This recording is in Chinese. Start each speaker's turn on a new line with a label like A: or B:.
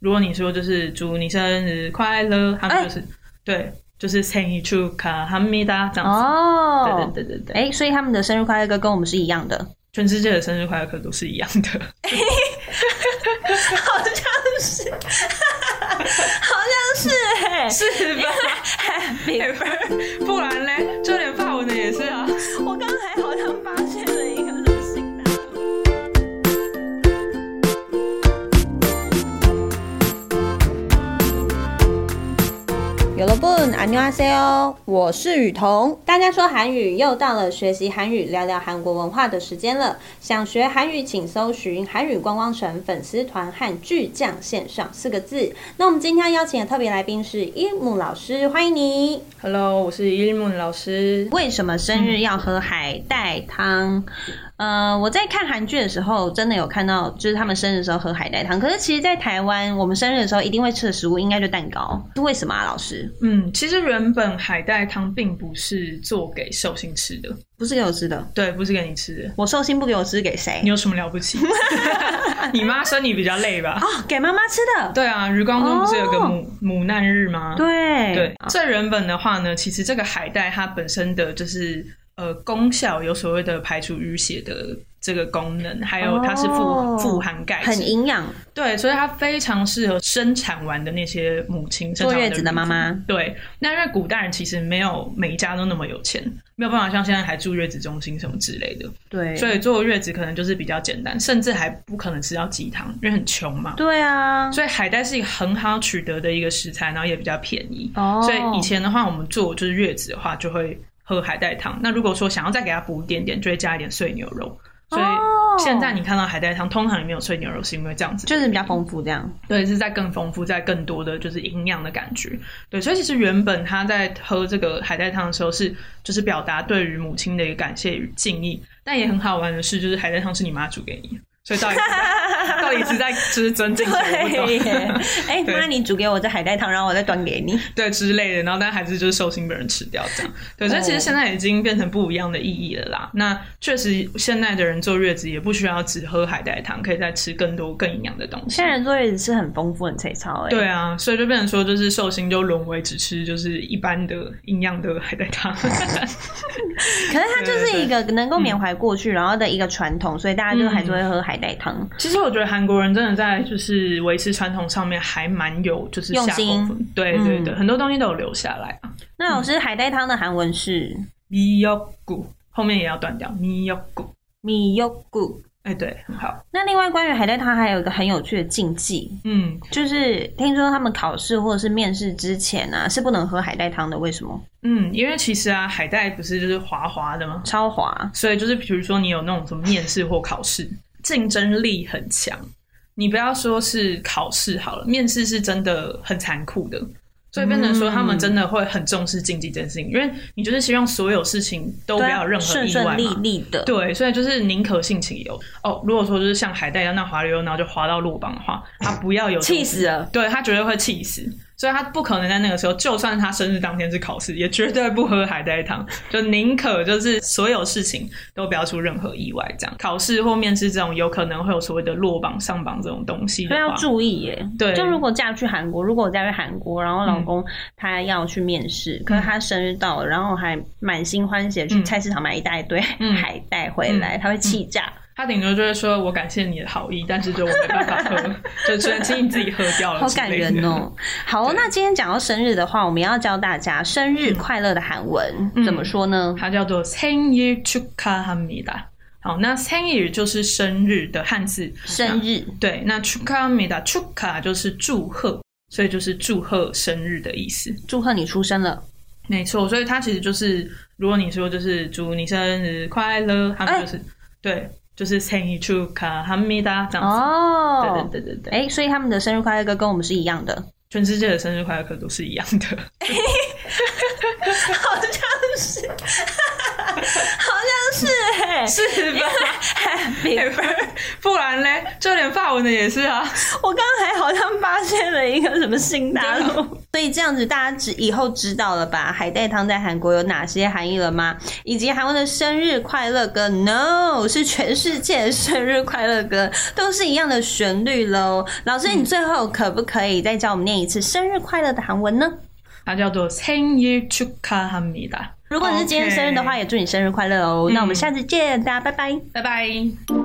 A: 如果你说就是祝你生日快乐，他们就是、对，就是생일축하합니다这样子。
B: 哦，
A: 对对对对对，
B: 哎，所以他们的生日快乐歌跟我们是一样的，
A: 全世界的生日快乐歌都是一样的。
B: 好像是， 好像是 哎、
A: 是吧？ 不然嘞，就连法文的也是啊。
B: 我刚才好像发现了一个流行大陆。有了不，안녕하세요，我是雨桐。大家说韩语，又到了学习韩语、聊聊韩国文化的时间了。想学韩语，请搜寻“韩语观光城”粉丝团和“巨匠线上”四个字。那我们今天邀请的特别来宾是一木老师，欢迎你。
A: Hello，我是伊木老师。
B: 为什么生日要喝海带汤？呃，我在看韩剧的时候，真的有看到，就是他们生日的时候喝海带汤。可是其实，在台湾，我们生日的时候一定会吃的食物，应该就蛋糕。是为什么啊，老师？
A: 嗯，其实原本海带汤并不是做给寿星吃的，
B: 不是给我吃的，
A: 对，不是给你吃的。
B: 我寿星不给我吃，给谁
A: 你？有什么了不 起？你妈生你比较累吧？
B: 哦，给妈妈吃的。
A: 对啊，余光中不是有个母、母难日吗？
B: 对
A: 对，最原本的话呢，其实这个海带它本身的就是呃功效有所谓的排除淤血的这个功能，还有它是富、
B: 哦
A: 富含钙质，
B: 很营养。
A: 对，所以它非常适合生产完的那些母亲
B: 坐月子的妈。
A: 生产完
B: 妈
A: 女对，那因为古代人其实没有每一家都那么有钱，没有办法像现在还住月子中心什么之类的，
B: 对，
A: 所以坐月子可能就是比较简单，甚至还不可能吃到鸡汤，因为很穷嘛。
B: 对啊，
A: 所以海带是一个很好取得的一个食材，然后也比较便宜。
B: 哦
A: 所以以前的话，我们做就是月子的话，就会喝海带汤。那如果说想要再给它补一点点，就会加一点碎牛肉。所以
B: 哦
A: 现在你看到海带汤，通常里面有碎牛肉，是因为这样子，
B: 就是比较丰富这样。
A: 对，是在更丰富、在更多的就是营养的感觉。对，所以其实原本他在喝这个海带汤的时候是，就是表达对于母亲的一个感谢与敬意。但也很好玩的是，就是海带汤是你妈煮给你的，所以到底是 在到底是在就是尊敬什么，我不懂。
B: 耶，哎、
A: 对
B: 妈，你煮给我这海带汤，然后我再端给你。
A: 对之类的，然后但还是就是寿星被人吃掉这样。对，
B: 哦
A: 所以其实现在已经变成不一样的意义了啦。那确实，现在的人坐月子也不需要只喝海带汤，可以再吃更多更营养的东西
B: 现。在人坐月子是很丰富、很粗糙哎。
A: 对啊，所以就变成说，就是寿星就沦为只吃就是一般的营养的海带汤。
B: 可是它就是一个能够缅怀过去，然后的一个传统，所以大家就还是会喝海带汤。
A: 其实我觉得韩国人真的在就是维持传统上面还蛮有就是下
B: 用
A: 功夫
B: 心，
A: 对对对，
B: 嗯
A: 很多东西都有留下来啊。
B: 那老师，海带汤的韩文是
A: 米腰骨后面也要断掉，米腰骨，
B: 米优谷。
A: 哎，对，很好，
B: 那另外关于海带汤还有一个很有趣的禁忌，
A: 嗯，
B: 就是听说他们考试或者是面试之前啊是不能喝海带汤的，为什么？
A: 嗯，因为其实啊，海带不是就是滑滑的吗？
B: 超滑
A: 所以就是比如说你有那种什么面试或考试，竞争力很强。你不要说是考试好了，面试是真的很残酷的，所以变成说他们真的会很重视竞技这件事情，因为你就是希望所有事情都不
B: 对啊
A: 要有任何
B: 顺
A: 意外嘛。
B: 顺利利的。
A: 对，所以就是宁可信其有哦。如果说就是像海带一样那滑溜，然后就滑到落榜的话，他不要有
B: 气死了！
A: 对他绝对会气死，所以他不可能在那个时候，就算他生日当天是考试，也绝对不喝海带汤，就宁可就是所有事情都不要出任何意外。这样考试或面试这种有可能会有所谓的落榜、上榜这种东西的
B: 所以要
A: 话，
B: 注意耶。
A: 对嗯
B: 就如果嫁去韩国，如果我嫁去韩国，然后老公他要去面试，可是他生日到了，然后还满心欢喜地去
A: 嗯
B: 菜市场买一大堆
A: 嗯
B: 海带回来，他会气炸。
A: 他顶多就会说我感谢你的好意，但是就我没办法 喝，就只能请你自己喝掉了。
B: 好感人！哦！好哦，那今天讲到生日的话，我们要教大家生日快乐的韩文、
A: 嗯
B: 怎么说呢？
A: 它叫做생일축하합니다。好，那생일就是生日的汉字，
B: 生日
A: 对，那 chukamida chuka 就是祝贺，所以就是祝贺生日的意思。
B: 祝贺你出生了，
A: 没错，所以它其实就是，如果你说就是祝你生日快乐，他们就是、
B: 哎
A: 对，就是생일 chuka hamida 这样子。
B: 哦。
A: 对对对对对，
B: 哎、所以他们的生日快乐歌跟我们是一样的，
A: 全世界的生日快乐歌都是一样的。
B: 好像是，好像是哎、
A: 是吧？
B: 比
A: 不然嘞，就连法文的也是啊。
B: 我刚才好像发现了一个什么新大陆。啊所以这样子，大家知以后知道了吧？海带汤在韩国有哪些含义了吗？以及韩文的生日快乐歌，No 是全世界的生日快乐歌，都是一样的旋律喽。老师，你最后可不可以再教我们念一次生日快乐的韩文呢？
A: 它叫做생일축하합니다。
B: 嗯如果你是今天生日的话，也祝你生日快乐哦。那我们下次见，大家拜拜。
A: 拜拜。